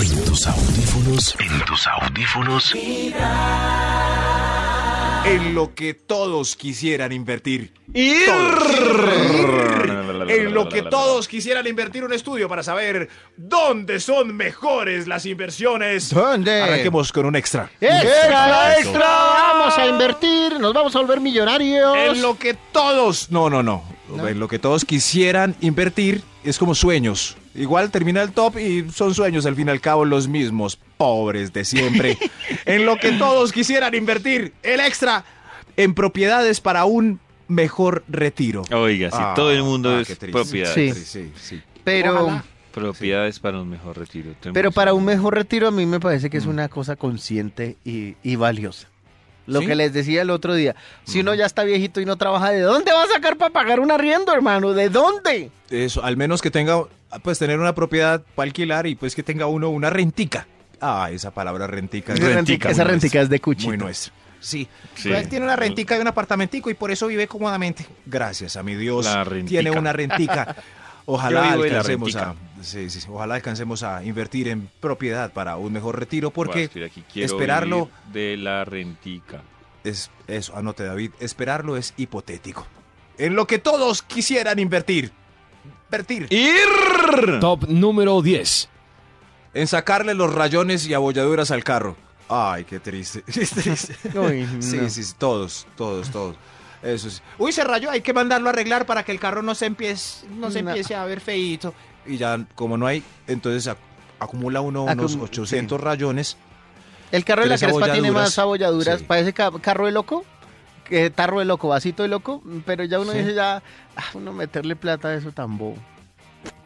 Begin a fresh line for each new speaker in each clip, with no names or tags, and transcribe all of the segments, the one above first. En tus audífonos, en tus audífonos.
En lo que todos quisieran invertir. En
En
lo que todos quisieran invertir un estudio para saber dónde son mejores las inversiones.
¿Dónde?
Arranquemos con un extra.
¡Extra,
Eso.
extra! Vamos a invertir, nos vamos a volver millonarios.
En lo que todos. No, no, no.
No.
En lo que todos quisieran invertir es como sueños. Igual termina el top y son sueños al fin y al cabo los mismos pobres de siempre. en lo que todos quisieran invertir, el extra en propiedades para un mejor retiro.
Oiga, si
Ah,
todo el mundo
ah,
es
qué triste.
propiedades.
Sí,
Sí.
sí, sí.
Pero,
Propiedades para un mejor retiro. Tenemos-
pero para un mejor retiro a mí me parece que es una cosa consciente y, y valiosa. Lo
¿Sí?
que les decía el otro día, si uno ya está viejito y no trabaja, ¿de dónde va a sacar para pagar un arriendo, hermano? ¿De dónde?
Eso, al menos que tenga, pues tener una propiedad para alquilar y pues que tenga uno una rentica. Ah, esa palabra rentica.
Esa rentica- esa
muy
rentica
nuestra,
es de cuchito.
Muy nuestra. Sí.
Sí.
Pues, tiene una rentica de un apartamentico y por eso vive cómodamente. Gracias a mi Dios.
La rentica.
Tiene una rentica. Ojalá
Yo vivo de la
alcancemos a,
rentica.
sí, sí, sí, ojalá alcancemos a invertir en propiedad para un mejor retiro
Voy a
porque
escribir aquí, quiero
esperarlo
vivir de la rentica.
es eso, anote David, esperarlo es hipotético. En lo que todos quisieran invertir. Invertir.
Ir.
Top número 10.
En sacarle los rayones y abolladuras al carro. Ay, qué triste. Es triste.
Uy, no.
Sí, sí, sí, todos, todos, todos. Eso sí. Uy, se rayó, hay que mandarlo a arreglar para que el carro no se empiece, no se
No.
empiece a ver feíto. Y ya, como no hay, entonces ac- acumula uno
Acum-
unos 800 rayones.
El carro de la
Tres
Crespa tiene
abolladuras.
más abolladuras.
Sí.
Parece ca- carro de loco, eh, tarro de loco, vasito de loco. Pero ya uno
Sí.
dice, ya, ah, uno meterle plata a eso tan bobo.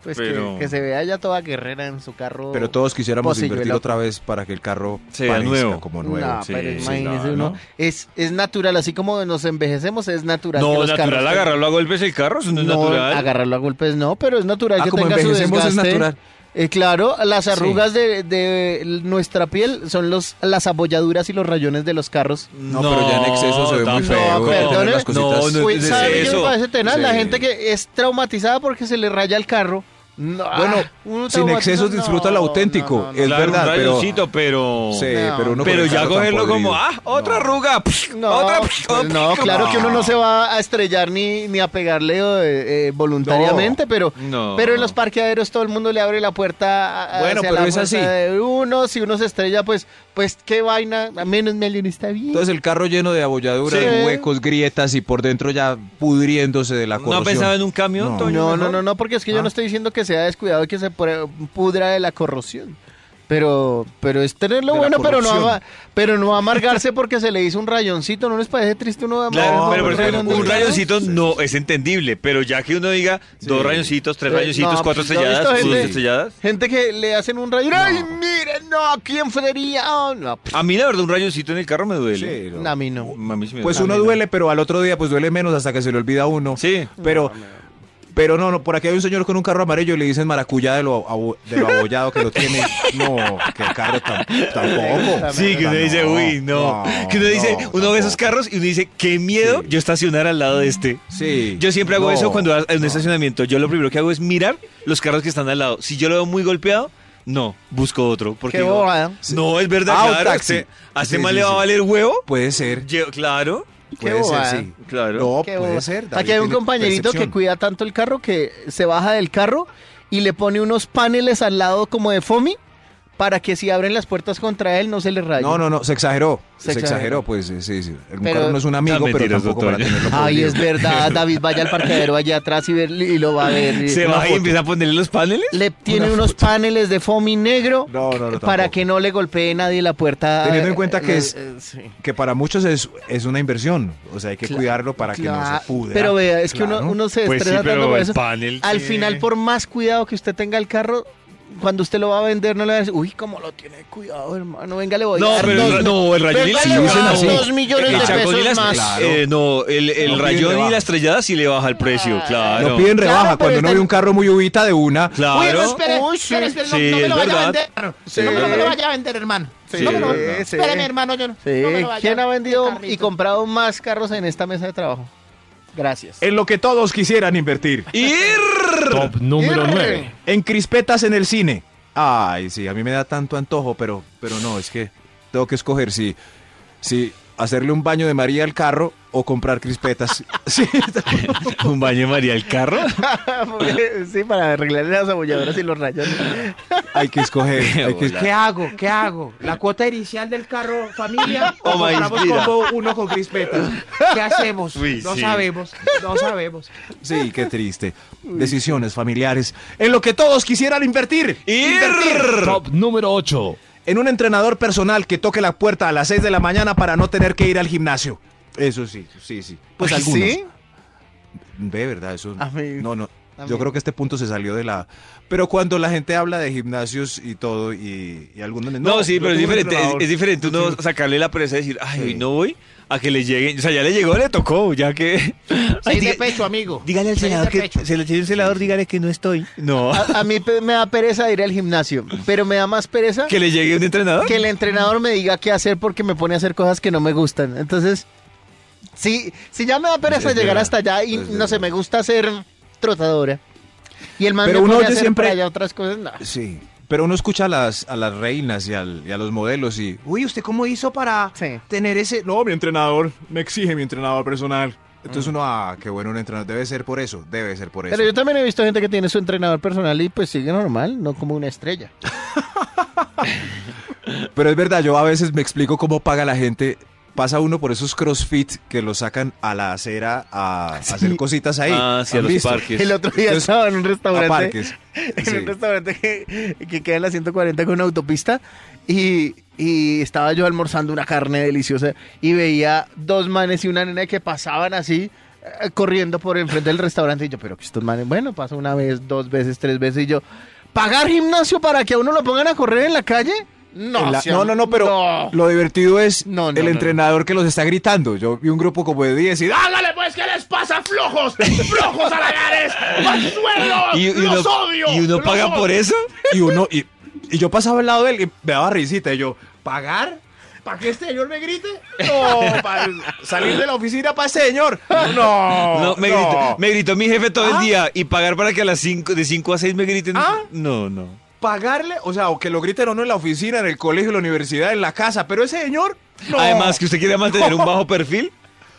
Pues que-
Pero-
que, se vea ya toda guerrera en su carro.
Pero todos quisiéramos
Pocillo,
invertir
Oh. loco.
otra vez para que el carro
Sea
parezca
nuevo.
como
No,
nuevo.
sí,
pero
sí,
imagínese
no,
uno.
no.
Es, es natural, así como nos envejecemos, es natural. que
No,
los
natural
carros-
agarrarlo a golpes el carro, eso no es natural.
agarrarlo a golpes no, pero es natural
Ah,
que
como
tenga su
envejecemos
desgaste.
es natural.
Eh, claro, las
Sí.
arrugas de, de nuestra piel son los, las abolladuras y los rayones de los carros.
No, pero ya en exceso se ve muy
tampoco.
feo.
hay que tener las
cositas-
No, no
¿eh? Uy,
es
¿sabe qué me
eso.
parece tenaz? La
Sí.
gente que es traumatizada porque se le raya el carro. No,
Bueno,
ah, uno
sin
traumatiza-
excesos disfruta lo
no,
auténtico.
no,
Es
no, no.
Claro,
verdad,
un
pero-
rayoncito, pero...
Sí, pero
No.
uno con
pero
el
ya
carro tan
cogerlo como,
podrido.
ah, otra
No.
arruga, pf,
No,
otra...
pues
pf,
no,
pf,
claro que uno no
no.
se va a estrellar ni, ni a pegarle eh, eh, voluntariamente, pero,
No.
pero en los parqueaderos todo el mundo le abre la puerta. a-
Bueno,
hacia
pero
la
es
fuerza
así.
de uno, si uno se estrella, pues, pues qué vaina, a menos Melvin está bien.
Entonces el carro lleno de abolladuras,
Sí.
de huecos, grietas y por dentro ya pudriéndose de la
¿No
corrosión.
ha pensado en un camión,
No.
Toño?
no,
mejor?
no, no, no, porque es que yo
Ah.
no estoy diciendo que sea descuidado y que se pure- pudra de la corrosión. Pero, pero es
De
tenerlo
la
bueno, pero no,
corrupción.
ama- pero no amargarse porque se le hizo un rayoncito. ¿No les parece triste uno
Claro,
No,
amargarse
pero,
por
por
pero-
ejemplo,
rayón de
pero-
un
carro?
rayoncito no es entendible, pero ya que uno diga dos rayoncitos, tres
Eh,
rayoncitos,
no,
cuatro
pues, yo he
estrelladas,
visto
dos
gente-
estrelladas.
Gente que le hacen un rayo. ¡Ay, miren! No, ¿quién sería? Oh, no, pff,
A mí la verdad un rayoncito en el carro me duele.
Sí, no.
a mí no.
A mí sí me
Pues
duele.
uno duele, pero al otro día pues duele menos hasta que se le olvida a uno.
Sí.
Pero, pero no, no, por aquí hay un señor con un carro amarillo y le dicen maracuyá de lo, abo- de lo abollado que lo tiene. No, que el carro tam- tampoco.
Sí, que uno dice, uy, no. Que uno dice, uno ve esos
tampoco.
carros y uno dice, qué miedo
Sí.
yo estacionar al lado de este.
Sí.
Yo siempre hago
No,
eso cuando hay un
no.
estacionamiento. Yo lo primero que hago es mirar los carros que están al lado. Si yo lo veo muy golpeado, no, busco otro. Porque
Qué
digo,
bobada.
no, es verdad,
Ah, un
claro.
taxi.
Hace, hace
Sí,
mal
sí,
le va a
sí.
valer huevo.
Puede ser,
Yo- claro,
puede ser,
bobada.
sí.
claro.
No,
Qué
Oh, puede
bobo.
ser. David
Aquí hay un
tiene
compañerito que
percepción.
cuida tanto el carro que se baja del carro y le pone unos paneles al lado como de foamy para que si abren las puertas contra él no se le raye.
No, no, no, se exageró. Se,
Se
exageró,
exageró.
pues sí, sí. sí. El
Pero-
carro no es un amigo,
Ah,
pero
mentiras,
tampoco para
doctor.
tenerlo
Ay,
podrido.
es verdad, David, vaya al parqueadero allá atrás y, ver- y lo va a ver. y-
Se
una
va y
foto.
empieza a ponerle los paneles.
Le tiene unos paneles de foamy negro
No, no, no,
para
tampoco.
que no le golpee nadie la puerta.
Teniendo en cuenta que
Eh,
es-
eh, sí.
Que para muchos es, es una inversión. O sea, hay que
Cla-
cuidarlo para que no
Claro,
se pudra.
Pero vea, es que
Claro.
uno, uno se
Pues sí,
estresa tanto
pero
por
el
eso.
panel
Al
sí.
final, por más cuidado que usted tenga el carro, cuando usted lo va a vender, no le va a decir, uy, cómo lo tiene cuidado, hermano, venga, le voy
No,
a dar
pero
dos,
el- no, el rayón y la
venga, le voy a dar dos millones
El
de
chacón y
pesos
las-
más.
Claro.
eh, no, el, el
No piden
rayón y
rebaja.
la estrellada sí le baja el precio,
Ah.
claro.
No piden
Claro,
rebaja
pero
cuando uno
están-
ve un carro muy ubita de una.
Ah, Claro.
Oye, no, espere, espere, espere, no,
Sí,
no me
es
lo vaya a
verdad.
vender.
Sí.
No, no me lo vaya a vender, hermano.
Sí,
no me lo
es verdad.
Sí.
Espéreme, hermano, yo no,
Sí,
no me lo vaya
¿Quién ha
a-
vendido
qué
y
carrito.
comprado más carros en esta mesa de trabajo? Gracias.
En lo que todos quisieran invertir.
Ir.
Top número 9.
En crispetas en el cine. Ay, sí, a mí me da tanto antojo, pero, pero no, es que tengo que escoger si, si hacerle un baño de María al carro o comprar crispetas. Sí,
¿Un baño de María al carro?
Porque- sí, para arreglarle las abolladoras y los rayones.
hay que escoger. hay que-
¿Qué hago? ¿Qué hago? ¿La cuota inicial del carro familia?
Oh, my
compramos
God.
combo uno con crispetas? ¿Qué hacemos?
Uy,
no
sí.
sabemos, no sabemos.
Sí, qué triste. Decisiones familiares en lo que todos quisieran invertir.
¡Ir!
Top número 8.
En un entrenador personal que toque la puerta a las 6 de la mañana para no tener que ir al gimnasio. Eso sí, sí, sí. Pues
Ay,
algunos.
¿sí?
De verdad, eso.
A mí-
no, no.
a mí-
Yo creo que este punto se salió de la. Pero cuando la gente habla de gimnasios y todo, y, y algunos. le-
No, sí,
yo
pero es
tuve un
diferente. Es,
entrenador.
es diferente uno sacarle la presa y decir, ay, hoy no voy, a que le lleguen. O sea, ya le llegó, le tocó, ya que. Ay,
Seis de
diga-
pecho, amigo.
dígale al
Seis de
senador que.
pecho.
Se lo tiene el senador, dígale que no estoy. No.
A, a mí pe- me da pereza ir al gimnasio, pero me da más pereza
¿Que le llegue un entrenador?
que el entrenador me diga qué hacer porque me pone a hacer cosas que no me gustan. Entonces, si, si ya me da pereza
Es
llegar
verdad,
hasta allá y
es
no sé,
verdad.
me gusta ser trotadora. Y el man
Pero
me
uno
pone a
oye
hacer
siempre-
por allá otras cosas, no.
Sí. Pero uno escucha a las, a las reinas y, al- y a los modelos y. Uy, ¿usted cómo hizo para
Sí.
tener ese.? No, mi entrenador. Me exige mi entrenador personal. Entonces uno, ah, qué bueno un entrenador. Debe ser por eso. Debe ser por eso.
Pero yo también he visto gente que tiene su entrenador personal y pues sigue normal, no como una estrella.
Pero es verdad, yo a veces me explico cómo paga la gente. Pasa uno por esos crossfit que lo sacan a la acera a hacer cositas ahí.
Ah, sí, a
¿Han
los
visto?
parques.
El otro día
Entonces,
estaba en un
A
restaurante.
parques.
en
Sí.
un restaurante que, que queda en la 140 con una autopista y, y estaba yo almorzando una carne deliciosa y veía dos manes y una nena que pasaban así eh, corriendo por enfrente del restaurante y yo, pero que estos manes, bueno, pasa una vez, dos veces, tres veces y yo, ¿pagar gimnasio para que a uno lo pongan a correr en la calle? No,
En la-
sea-
no, no, no, pero
no.
lo divertido es
No, no,
el
no,
entrenador que los está gritando. Yo vi un grupo como de 10 y ¡ah!
Hágale pues, ¿qué les pasa? ¡Flojos! ¡Flojos alagares! ¡Manzuelo!
y, y uno,
¡Los odio!
¿Y uno
los
paga
odio!
por eso?
Y uno, y, y yo pasaba al lado de él y me daba risita. Y yo, ¿pagar?
¿Para que este señor me grite?
No, para salir de la oficina para ese señor. No,
No, me,
no.
Gritó, me gritó mi jefe todo
¿Ah?
el día y pagar para que a las 5, de 5 a 6 me griten.
¿Ah?
No, no.
pagarle, o sea, o que lo griten o no en la oficina, en el colegio, en la universidad, en la casa, pero ese señor, no.
Además, que usted quiere mantener un bajo perfil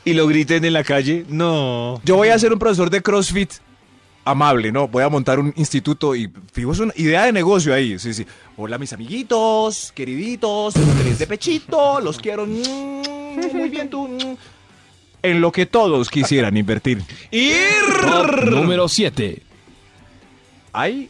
y lo griten en la calle. No.
yo voy a ser un profesor de CrossFit amable, ¿no? Voy a montar un instituto y fijo, es una idea de negocio ahí, sí, sí. Hola, mis amiguitos, queriditos, tres de pechito, los quiero, mm, muy bien tú. mm. En lo que todos quisieran invertir.
Top número 7.
Ahí.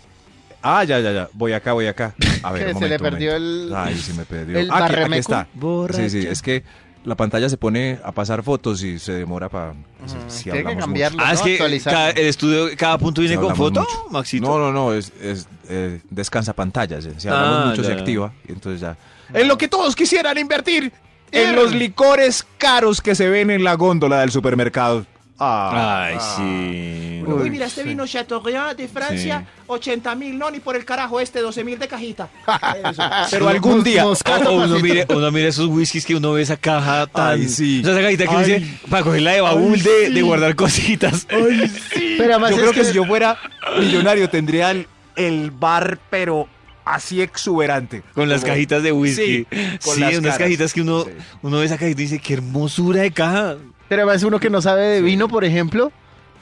Ah, ya, ya, ya. Voy acá, voy acá. A ver,
Que
un
se le
momento, un
perdió
momento.
el-
Ay, sí me perdió.
el
Ah, aquí, aquí
barremeco.
está. Sí, sí,
Borracho.
es que la pantalla se pone a pasar fotos y se demora para. si
Mm, tiene que
hablamos
cambiarlo.
Ah, es
¿no?
que
Actualizar.
cada, el estudio, cada
mucho.
punto
Si
viene con
hablamos
foto,
mucho.
Maxito.
No, no, no. Es, es, eh, descansa pantallas. eh. Si hablamos
Ah,
mucho
ya,
se
ya.
activa. y entonces ya.
Ah.
En lo que todos quisieran invertir. En los licores caros que se ven en la góndola del supermercado. Ah,
Ay,
ah.
sí.
Uy, mira, este vino Chateaubriand de Francia,
Sí.
80 mil non y por el carajo este, 12 mil de cajita.
Ah,
Pero algún día.
O- o uno, mire, uno mire esos whiskies que uno ve esa caja tan.
Ay, sí.
O sea, esa cajita que
Ay.
dice para cogerla de baúl de, de guardar cositas.
Pero además
yo
es
creo que,
que-
si yo fuera millonario tendría el, el bar, pero así exuberante.
Con las
Como-
cajitas de whisky.
Sí,
Sí,
con las
unas
caras.
cajitas que uno,
Sí.
uno ve esa cajita y dice, qué hermosura de caja.
Pero además uno que no sabe de vino, por ejemplo,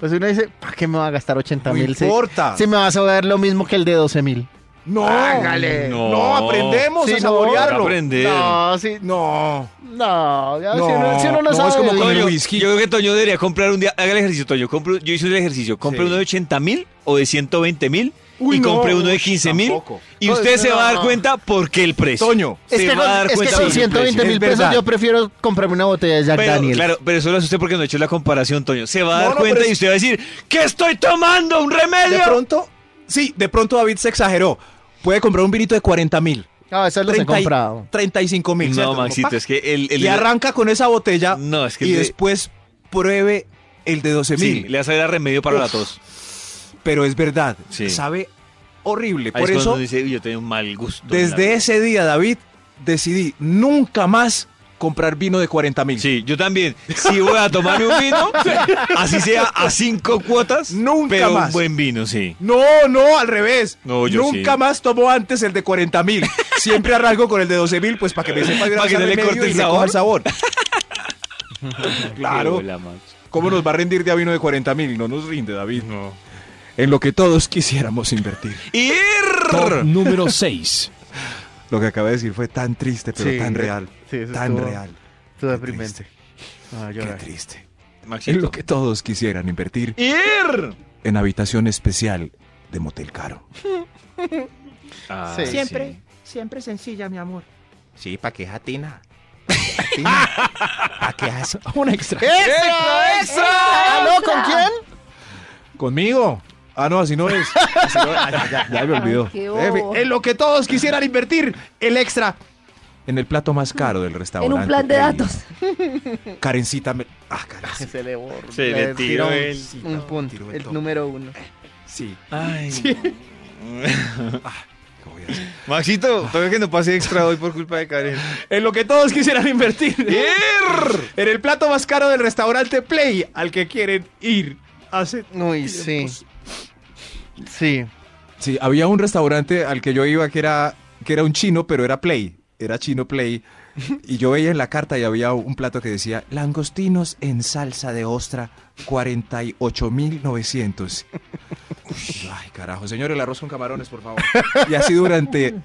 pues uno dice, ¿para qué me va a gastar 80
No
mil? Si-
importa.
Si, me vas a dar lo mismo que el de 12 mil.
No,
Hágale.
no,
No.
aprendemos
Sí,
a
no.
saborearlo.
Toca aprender.
No, sí,
No.
no, ya,
No,
si, uno, si uno no,
no, es
sabe.
como con
de vino.
el
Toño,
whisky.
Yo creo que Toño debería comprar un día. Haga el ejercicio, Toño. compre- yo hice el ejercicio. Compre
Sí.
uno de 80 mil o de 120 mil.
Uy,
Y
no,
compre uno de
uy,
15 mil.
tampoco.
Y
Pues,
usted se va a
no.
dar cuenta por qué el precio.
Toño.
Es
se
que
va
con,
a dar
es que
cuenta
con
por el
120
precio.
mil
Es
pesos
verdad.
yo prefiero comprarme una botella de Jack
Pero,
Daniels.
claro, pero eso lo hace usted porque no ha hecho la comparación, Toño. Se va a
No,
dar
no,
cuenta
pero
y
es-
usted va a decir, ¿qué estoy tomando? ¿Un remedio?
De pronto, sí, de pronto David se exageró. Puede comprar un vinito de 40 mil.
No, eso los he comprado.
35 mil.
no, Maxito, es que el... el
Y arranca con esa botella
No, es que
y
el de-
después pruebe el de 12
Sí,
mil.
le hace dar remedio para la tos.
Pero es verdad,
Sí.
sabe horrible.
Ahí
Por
es cuando
eso
uno dice, "Uy, yo tengo un mal gusto. en la
Desde
vida".
ese día, David, decidí nunca más comprar vino de 40 mil.
Sí, yo también. Si voy a tomarme un vino, así sea a cinco cuotas,
Nunca
pero
más.
un buen vino, sí.
No, no, al revés.
No, yo
Nunca
sí.
más tomo antes el de 40 mil. Siempre arranco con el de 12 mil, pues para que me sepa
Pa' que no le corte el
el sabor.
Qué
claro.
bola, Max.
¿Cómo nos va a rendir de a vino de 40 mil? No nos rinde, David. No. En lo que todos quisiéramos invertir.
Top número 6.
Lo que acaba de decir fue tan triste, pero
Sí,
tan real.
sí, eso
tan
estuvo-
real.
Todo deprimente. Ah,
Qué
llorar.
triste.
Maxito.
En lo que todos quisieran invertir.
Ir.
En habitación especial de motel caro.
Ah,
Sí.
Siempre, siempre sencilla, mi amor.
Sí, pa' que jatina.
Ah,
Un extra.
¡Extra, extra! ¿Aló, con quién?
¿Conmigo? Ah, no, así no es. Así no- ah, ya, ya, ya me olvidó.
qué bobo.
en lo que todos quisieran invertir, el extra. En el plato más caro del
En
restaurante.
un plan de
que-
datos.
Karencita me... Ah, Karen,
Se le borró.
Se le tiró el-
un punto.
tiró el
El
top.
número uno.
sí. Ah,
Ay,
¿qué voy a hacer?
Maxito, todavía que no pase extra hoy por culpa de Karen.
En lo que todos quisieran invertir. en el plato más caro del restaurante Play, al que quieren ir. Hace
Uy, sí. Sí.
Sí, había un restaurante al que yo iba que era, que era un chino, pero era Play. Era chino Play. Y yo veía en la carta y había un plato que decía langostinos en salsa de ostra, 48.900. Uy, Ay, carajo. Señor, el arroz con camarones, por favor. Y así durante...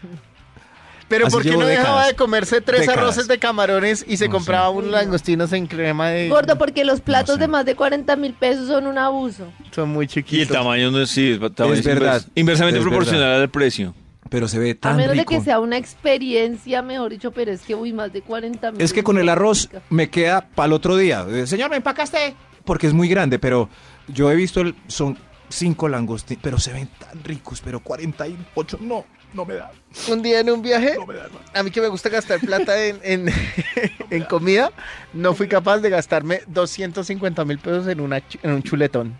Pero
Así
¿por qué
llevo
no dejaba
décadas.
de comerse tres
Décadas.
arroces de camarones y se
No,
compraba un langostinos en crema de...
Gordo, porque los platos
Eh, sé.
de más de 40 mil pesos son un abuso.
Son muy chiquitos.
Y el tamaño no es, sí, el tamaño
Es
inverso-
verdad,
Inversamente
es
proporcional al precio.
Pero se ve
A
tan
menos
rico.
de que sea una experiencia, mejor dicho, pero es que, uy, más de 40 mil.
Es que con el arroz me queda para el otro día. Eh, Señor,
Señor, ¿me empacaste?
porque es muy grande, pero yo he visto, el- son cinco langostinos, pero se ven tan ricos, pero 48, no, no me da.
Un día en un viaje, a mí que me gusta gastar plata en, en, en comida, no fui capaz de gastarme 250 mil pesos en, una, chu- en un chuletón.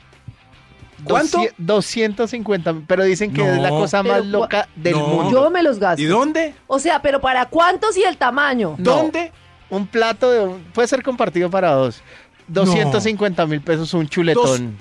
¿Cuánto?
Doci- 250 mil, pero dicen que es la
No.
cosa más
Pero cua-
loca del
No.
mundo.
Yo me los gasto.
¿Y dónde?
O sea, pero ¿para cuántos y el tamaño?
No.
¿Dónde?
Un plato de, un- puede ser compartido para dos. 250 mil pesos un chuletón.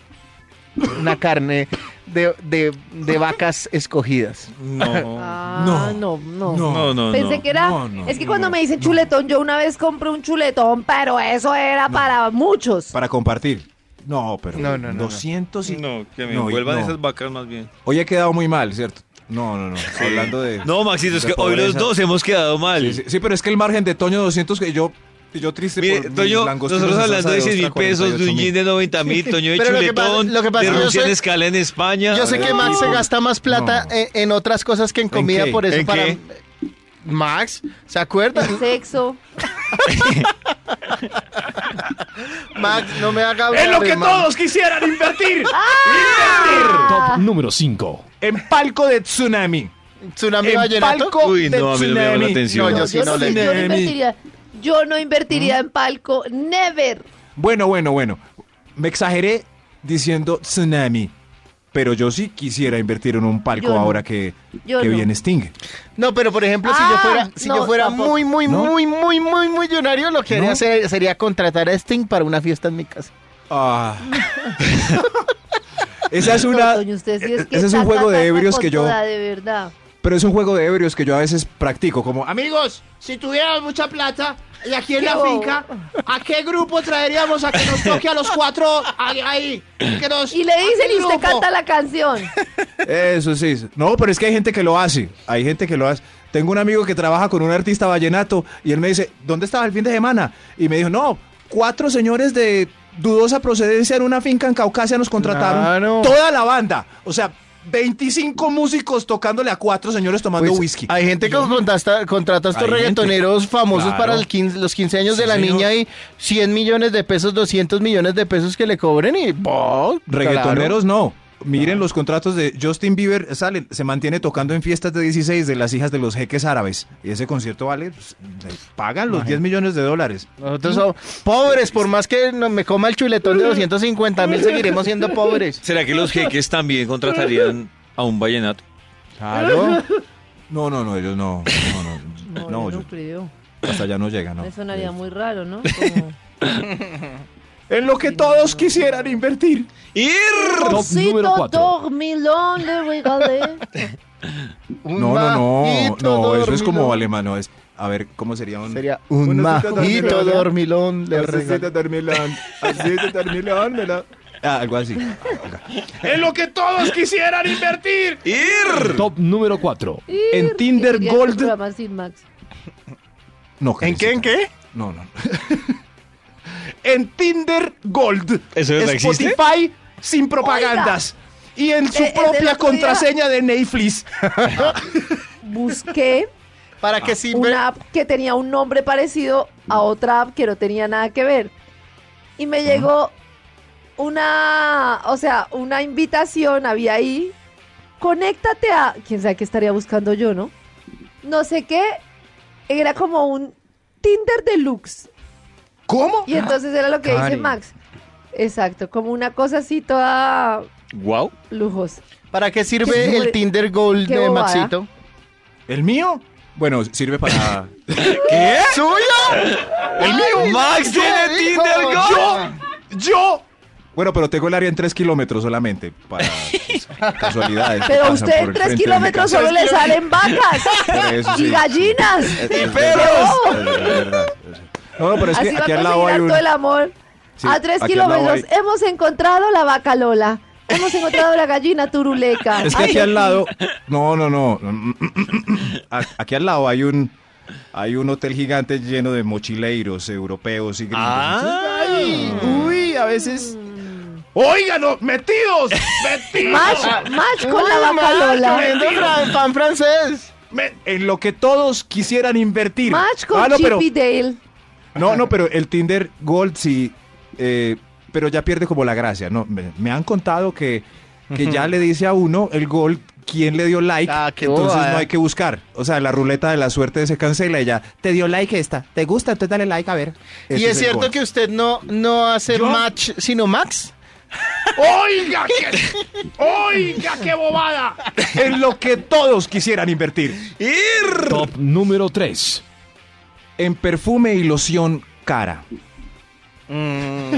Una carne de, de- de vacas escogidas.
No.
Ah, no, no.
No, no,
Pensé
no.
que era.
no, no,
es que cuando me dicen chuletón, yo una vez compré un chuletón, pero eso era para muchos.
Para compartir. No, pero
No, no, no, no.
200 y...
No, que me
No, y-
envuelvan
no.
esas vacas más bien.
Hoy he quedado muy mal, ¿cierto? No, no, no. Hablando de...
No, Maxito, es
de
que hoy los
pobreza.
dos hemos quedado mal.
Sí, sí, sí, pero es que el margen de Toño 200 que yo... y Yo triste
Mire,
por mis
Toño,
langostinos
nosotros
en
hablando
salsa
de 100 mil
ostra,
pesos, de un
48.000.
jean de 90 mil, Toño de
Pero lo que pasa-
chuletón,
lo que pasa
de
es que yo
Rusia en
soy-
escala en España.
Yo sé que Max se gasta más plata
No.
en, en otras cosas que en comida,
qué?
por eso
¿En
para...
qué?
Max, ¿se acuerda?
El sexo.
Max, no me haga hablar.
En lo que
hermano.
todos quisieran invertir.
Top número 5.
En palco de tsunami.
¿Tsunami
En
vallenato?
palco
Uy,
de
no, a mí no me llama la
tsunami.
atención.
No, yo sí
yo,
no
no,
le-
yo no
Tsunami.
invertiría. Yo no
¿Mm?
invertiría en palco. Never.
Bueno, bueno, bueno. Me exageré diciendo tsunami. Pero yo sí quisiera invertir en un palco
Yo no.
ahora que,
Yo
que
no.
viene Sting.
No, pero por ejemplo, si yo
Ah,
fuera, si yo
no,
fuera
tampoco.
muy, muy,
¿No?
muy, muy, muy millonario, lo que haría
¿No?
ser- sería contratar a Sting para una fiesta en mi casa.
Ah. Esa es
No,
una.
Toño, usted sí es que
ese es un
saca,
juego de
saca
ebrios
con
que yo.
toda, de verdad.
Pero es un juego de ebrios que yo a veces practico. Como. "Ah,
Amigos, si tuviéramos mucha plata y aquí en
¿Qué
la
hubo?
finca, ¿a qué grupo traeríamos a que nos toque a los cuatro ahí? ahí que nos-
Y le
¿a qué
dicen y
grupo?
usted canta la canción.
Eso sí. No, pero es que hay gente que lo hace. Hay gente que lo hace. Tengo un amigo que trabaja con un artista vallenato y él me dice, ¿dónde estaba el fin de semana? Y me dijo, no, cuatro señores de dudosa procedencia en una finca en Caucasia nos contrataron.
Claro.
Toda la banda. O sea, 25 músicos tocándole a cuatro señores tomando
Pues,
whisky.
Hay gente que contrata, contrata a estos
Hay gente.
reggaetoneros famosos
Claro.
para el 15 los 15 años
Sí,
de la
señor.
niña y 100 millones de pesos, 200 millones de pesos que le cobren y... Bah,
Reggaetoneros no. Miren los contratos de Justin Bieber, sale, se mantiene tocando en fiestas de 16 de las hijas de los jeques árabes. Y ese concierto vale, pues, le pagan los 10 millones de dólares.
claro. Nosotros somos pobres, por más que no me coma el chuletón de 250 mil, seguiremos siendo pobres.
¿Será que los jeques también contratarían a un vallenato?
Claro. No, no, no, ellos no. No, no, no,
yo
yo-
creo.
Hasta allá no llega, ¿no? Eh.
Me sonaría muy raro, ¿no? Como-
En lo que todos quisieran invertir.
Ir.
Top número
Osito
4.
dormilón, le regalé.
Un
No, no, no.
majito
No, eso es como
dormilón.
alemán, no es. A ver, ¿cómo sería un.
Sería un
Una cita
majito
dormilona.
dormilón. le
Una cita
regalé.
dormilón, una cita dormilón, me la- Ah, algo así.
En lo que todos quisieran invertir.
Ir.
Top número 4.
En Tinder
Quería un
Gold.
programa sin Max.
No,
¿En
Karencita.
qué? ¿En qué?
No, no. en Tinder Gold.
¿Eso de verdad existe?
Spotify sin propagandas. Y en su
Eh, eh, del
propia
otro día-
contraseña de Netflix.
Busqué
¿Para
Ah.
qué sirve?
una app que tenía un nombre parecido a otra app que no tenía nada que ver. Y me llegó una, o sea, una invitación, había ahí, conéctate a, quién sabe qué estaría buscando yo, ¿no? No sé qué, era como un Tinder deluxe.
¿Cómo?
Y entonces era lo que dice
Karen.
Max. Exacto, como una cosa así toda
Wow.
lujosa.
¿Para qué
Qué
sirve
sobre-
el Tinder Gold
qué
de
bobada.
Maxito?
¿El mío? Bueno, sirve para.
¿Qué?
¡Suyo!
El mío. Max tiene Tinder Gold.
¡Yo! Bueno, pero tengo el área en 3 kilómetros solamente. Para casualidades. que
Pero a
pasan
usted
por
en
el
tres
frente de mi
kilómetros
casa.
solo le salen vacas
Por eso
y
sí.
gallinas.
Es- es- es-
perros.
es verdad, es verdad. No, no, pero es
Así
que
va
aquí
a
al lado
conseguir
hay
harto
un.
el amor.
Sí,
a tres
aquí al lado
kilómetros hemos encontrado la vaca Lola. Hemos encontrado la gallina turuleca.
Es que
Ay,
aquí al lado. No, no, no. A- Aquí al lado hay un. Hay un hotel gigante lleno de mochileiros europeos y gringos.
Ah.
Ay, uy, a veces.
Mm.
Oigan, no, metidos. Metidos.
Match, match con la
Uy,
vaca
Max,
Lola.
comiendo fran- pan francés!
Me- en lo que todos quisieran invertir.
Match con
Ah, no, pero,
Chippy Dale.
no, no, pero el Tinder Gold sí. eh, pero ya pierde como la gracia. No, me, me han contado que, que ya le dice a uno el Gold quién le dio like.
Ah, qué
entonces
bobada.
no hay que buscar. O sea, la ruleta de la suerte se cancela y ya. Te dio like esta. ¿Te gusta? Entonces dale like a ver.
Y
Ese
es
el
cierto
Gold.
que usted no, no hace match, sino Max.
Oiga, qué. Oiga, qué bobada.
en lo que todos quisieran invertir.
Ir.
Top número 3.
En perfume y loción cara.
Mm.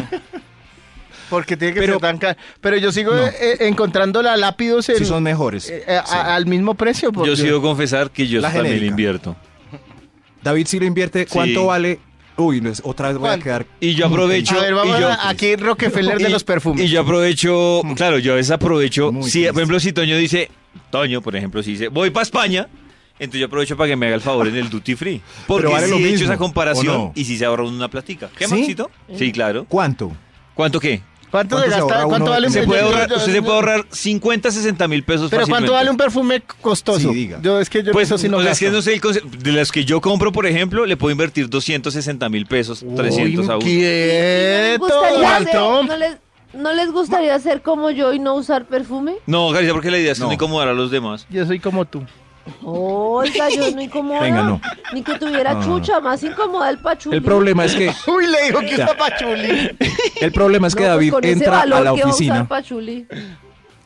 Porque tiene que
Pero-
ser tan caro. Pero yo sigo eh, encontrando la lápidos en-
Si son mejores.
eh, a-
Sí.
al mismo precio. por
Yo
Dios.
sí debo confesar que yo
La
también le
genérica.
invierto.
David si lo invierte. ¿Cuánto
Sí.
vale? Uy, no es- otra vez voy a
¿Cuánto?
quedar.
Y yo aprovecho.
a ver, vamos
y yo-
a- aquí Rockefeller de
Y-
los perfumes.
Y yo aprovecho, claro, yo a veces aprovecho.
Muy
Si,
triste.
por ejemplo, si Toño dice, Toño, por ejemplo, si dice, voy para España, entonces yo aprovecho para que me haga el favor en el duty free. Porque
vale
sí
lo
he hecho
mismo,
esa comparación
¿o no?
y si se ahorra uno una platica. ¿Qué,
¿Sí?
Maxito? Sí, claro.
¿Cuánto?
¿Cuánto qué?
¿Cuánto
¿Cuánto, se
se
gasta?
ahorra
¿Cuánto
uno?
vale un
Se
Yo-
puede
yo-
ahorrar,
yo-
usted se puede ahorrar 50, 60 mil pesos
Pero ¿cuánto
fácilmente.
vale un perfume costoso?
Sí, diga.
Yo es que yo
Pues,
eso sí no
o sea, es que
gasto.
no sé, el conce- de las que yo compro, por ejemplo, le puedo invertir 260 mil pesos, 300 a
Uy,
uno.
¿Les
quieto,
gustaría hacer-
Dalton.
¿No les- no les gustaría hacer como yo y no usar perfume?
No, García, porque la idea es no.
No.
incomodar a los demás.
Yo soy como tú.
Oiga, yo no incomoda.
Venga, no.
Ni que tuviera
No, no, no.
chucha, más incomoda el pachuli.
El problema es que,
Uy, le dijo que
Ya.
usa pachulín.
el problema es que
pues
David entra a la oficina.
pachuli.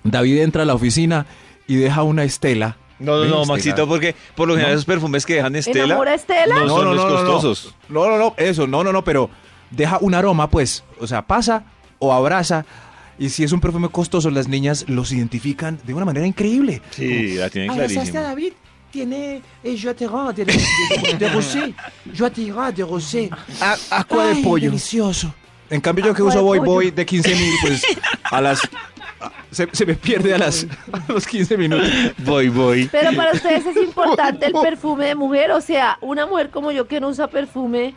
David entra a la oficina y deja una estela.
No, no,
Ven,
no,
Estela.
Maxito, porque por lo general esos perfumes que dejan Estela
¿Enamora a Estela?
no, son los costosos.
No, no, no, eso, no, no, no, pero deja un aroma, pues. O sea, pasa o abraza. Y si es un perfume costoso, las niñas los identifican de una manera increíble.
Sí, la tienen
Abrazaste a
clarísima.
ah, David, tiene eh, Joatera de, de, de, de Rosé. Joatera de Rosé.
A- Aqua de
Ay,
pollo.
Delicioso.
En cambio, yo que
Ajo de
uso Boy
pollo.
Boy de 15 mil, pues a las. a- se, se me pierde a, las, a los 15 minutos.
Voy, voy.
Pero para ustedes es importante el perfume de mujer. O sea, una mujer como yo que no usa perfume.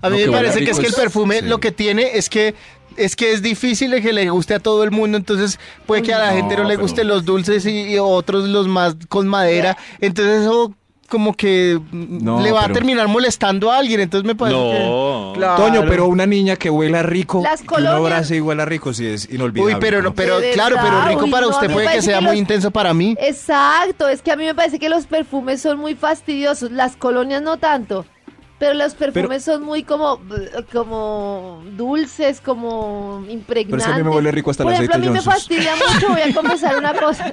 A
No, qué
mí me
bueno,
parece que es que el
pues,
perfume
sí.
lo que tiene es que es que es difícil de que le guste a todo el mundo, entonces puede que a la
No,
gente no le
pero-
gusten los dulces y, y otros los más con madera, entonces eso como que mm,
No,
le va a
pero-
terminar molestando a alguien, entonces me parece
No.
que- Claro.
Toño, pero una niña que huela rico,
Las
que uno
colonias-
abraza y huela rico, sí es inolvidable.
Uy, pero
¿no?
no, pero
De
claro, pero
verdad,
rico
uy,
para
no, a
usted
mí me
puede que
parece
sea
que
muy
los- eh,
intenso para mí.
Exacto, es que a mí me parece que los perfumes son muy fastidiosos. Las colonias no tanto. Pero los perfumes son muy como, como dulces, como
Pero
impregnantes.
es que a mí me huele rico hasta
Por
el
ejemplo, a mí
aceite
me
Johnson's.
fastidia mucho, voy a confesar una cosa.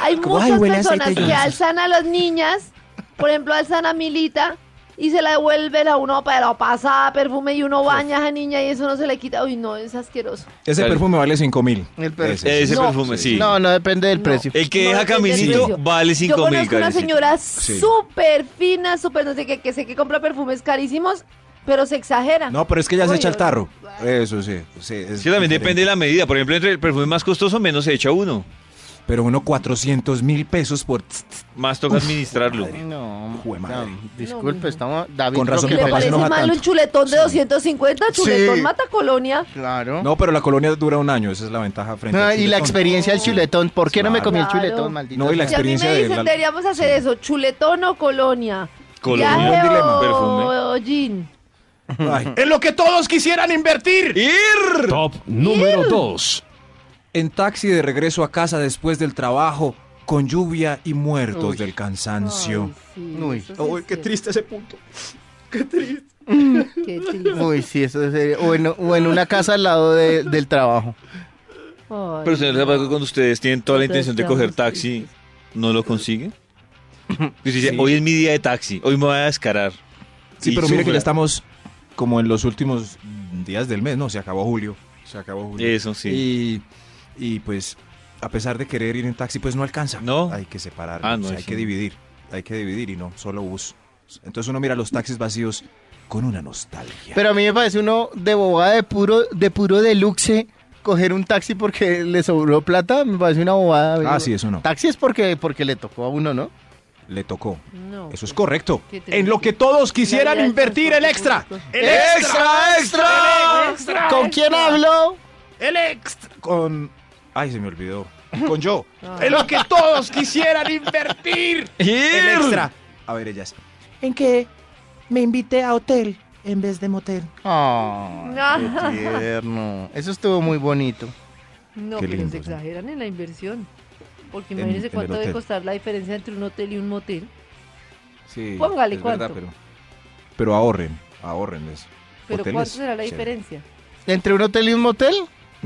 Hay
Como,
muchas
"Ay, huele a
personas
aceite
que
Johnson's".
alzan a las niñas, por ejemplo, alzan a Milita y se la devuelve la uno, pero pasa perfume y uno baña a esa niña y eso no se le quita. Uy, no, es asqueroso.
Ese
Claro.
perfume vale 5 mil.
El perfume.
Ese
No.
perfume, sí.
No, no depende del
No.
precio.
El que
No
deja
depende del
Camisito
precio.
vale 5
Yo
mil.
conozco una
Karencita.
señora
Sí.
súper fina, súper no sé qué, que sé que compra perfumes carísimos, pero se exagera.
No, pero es que ya se
Uy,
echa el
yo-
tarro. Eh, Eso sí. sí es
Sí, también
diferente.
depende de la medida. Por ejemplo, entre el perfume más costoso, menos se echa uno.
Pero uno 400 mil pesos por...
Más toca administrarlo.
No,
Jue madre.
no, disculpe, estamos. David,
Con razón
¿Le
mi
Rockefeller.
papá se
parece
enoja
mal un
tanto.
chuletón de 250? Chuletón mata colonia.
Claro.
No, pero la colonia dura un año. Esa es la ventaja frente
Ah,
al
y la
chuletón.
experiencia del chuletón. ¿Por qué no me
Claro.
comí el
Claro.
chuletón, maldito?
No, y la
Si a mí
experiencia
me
de
dicen,
la-
deberíamos hacer eso, chuletón o colonia.
Colonia.
Viaje
Un dilema.
o-
Perfume.
o jean.
Ay,
En lo que todos quisieran invertir.
¡Ir!
Top número 2.
en taxi de regreso a casa después del trabajo, con lluvia y muertos del cansancio.
Ay, sí,
Uy.
eso sí
Uy,
es
qué
cierto. Mm,
triste ese punto.
Qué triste.
Uy, sí, eso es serio. O en, o en una casa al lado de- del trabajo.
Ay,
Pero, señor Zapata, cuando ustedes tienen toda la
Entonces,
intención de
quedamos
coger taxi, ¿no lo consiguen? Pues dice, hoy es mi día de taxi, hoy me voy a descarar.
Sí,
Y
pero mire que
sufra.
ya estamos como en los últimos días del mes, ¿no? Se acabó julio. Se acabó julio.
Eso sí.
Y, y, pues, a pesar de querer ir en taxi, pues no alcanza.
No.
Hay que separar.
Ah,
o
no,
sea, hay
eso
que
no.
dividir. Hay que dividir y no solo bus. Entonces uno mira los taxis vacíos con una nostalgia.
Pero a mí me parece uno de bobada de puro, de puro deluxe coger un taxi porque le sobró plata. Me parece una bobada.
ah, sí, eso no.
Taxi es porque, porque le tocó a uno, ¿no?
Le tocó.
no.
Eso es correcto.
Qué triste.
En lo que todos quisieran
La vida es
invertir el extra. El
¡Extra, extra!
extra.
¿Con quién hablo?
El extra.
Con... Ay, se me olvidó. Con yo.
En lo que todos quisieran invertir.
El
¡Ir!
extra. A ver, ellas.
En que me invité a hotel en vez de motel.
Ah,
Ah.
qué tierno. Eso estuvo muy bonito.
No,
Qué
pero
lindo,
se
sí.
exageran en la inversión. Porque
En-
imagínense
en el
cuánto debe
hotel.
costar la diferencia entre un hotel y un motel.
Sí.
Póngale
es verdad,
cuánto.
pero, pero ahorren. Ahorrenles.
Pero
Hoteles,
¿cuánto será la
sí.
diferencia?
¿Entre un hotel y un motel?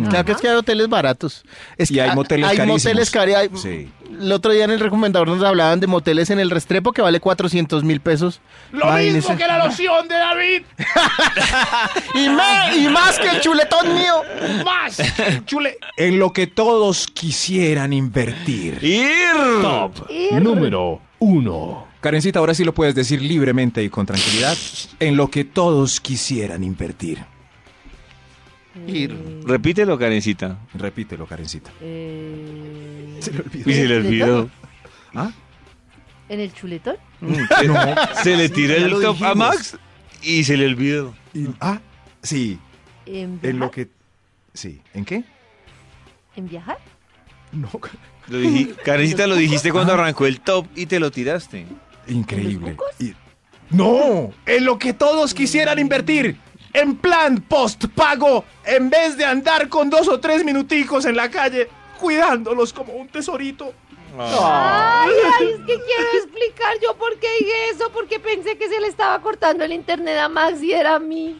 Claro que es que hay hoteles baratos. Es
Y
que
hay
ah,
a-
moteles
Ah, hay
carísimos.
moteles cari- hay-
Sí.
El otro día en el recomendador nos hablaban de moteles en el Restrepo que vale 400 mil pesos.
Lo
Imagínese.
mismo que la loción de David.
Y, me- y más que el chuletón mío.
Más. Chule.
En lo que todos quisieran invertir.
¡Ir!
Top
Ir.
número 1.
Karencita, ahora sí lo puedes decir libremente y con tranquilidad. En lo que todos quisieran invertir.
Ir.
Repítelo, Karencita.
Repítelo, Karencita.
Eh,
Y se le
¿En el
olvidó.
chuletón?
¿Ah?
¿En el chuletón?
Mm, Se le tiró
Ya
el
lo
top a
dijimos.
Max y se le olvidó.
Y- ah, sí.
¿En viajar?
En lo que. Sí. ¿En qué?
¿En viajar?
No.
Lo dij- Karencita, lo dijiste cuando arrancó el top y te lo tiraste.
Increíble.
¿En los
Y- no.
En lo que todos quisieran invertir. En plan postpago. En vez de andar con dos o tres minuticos en la calle. Cuidándolos como un tesorito.
Ay, ay, es que quiero explicar yo por qué dije eso, porque pensé que se le estaba cortando el internet a Max y era a mí.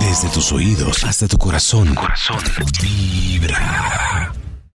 Desde tus oídos hasta tu corazón. Vibra.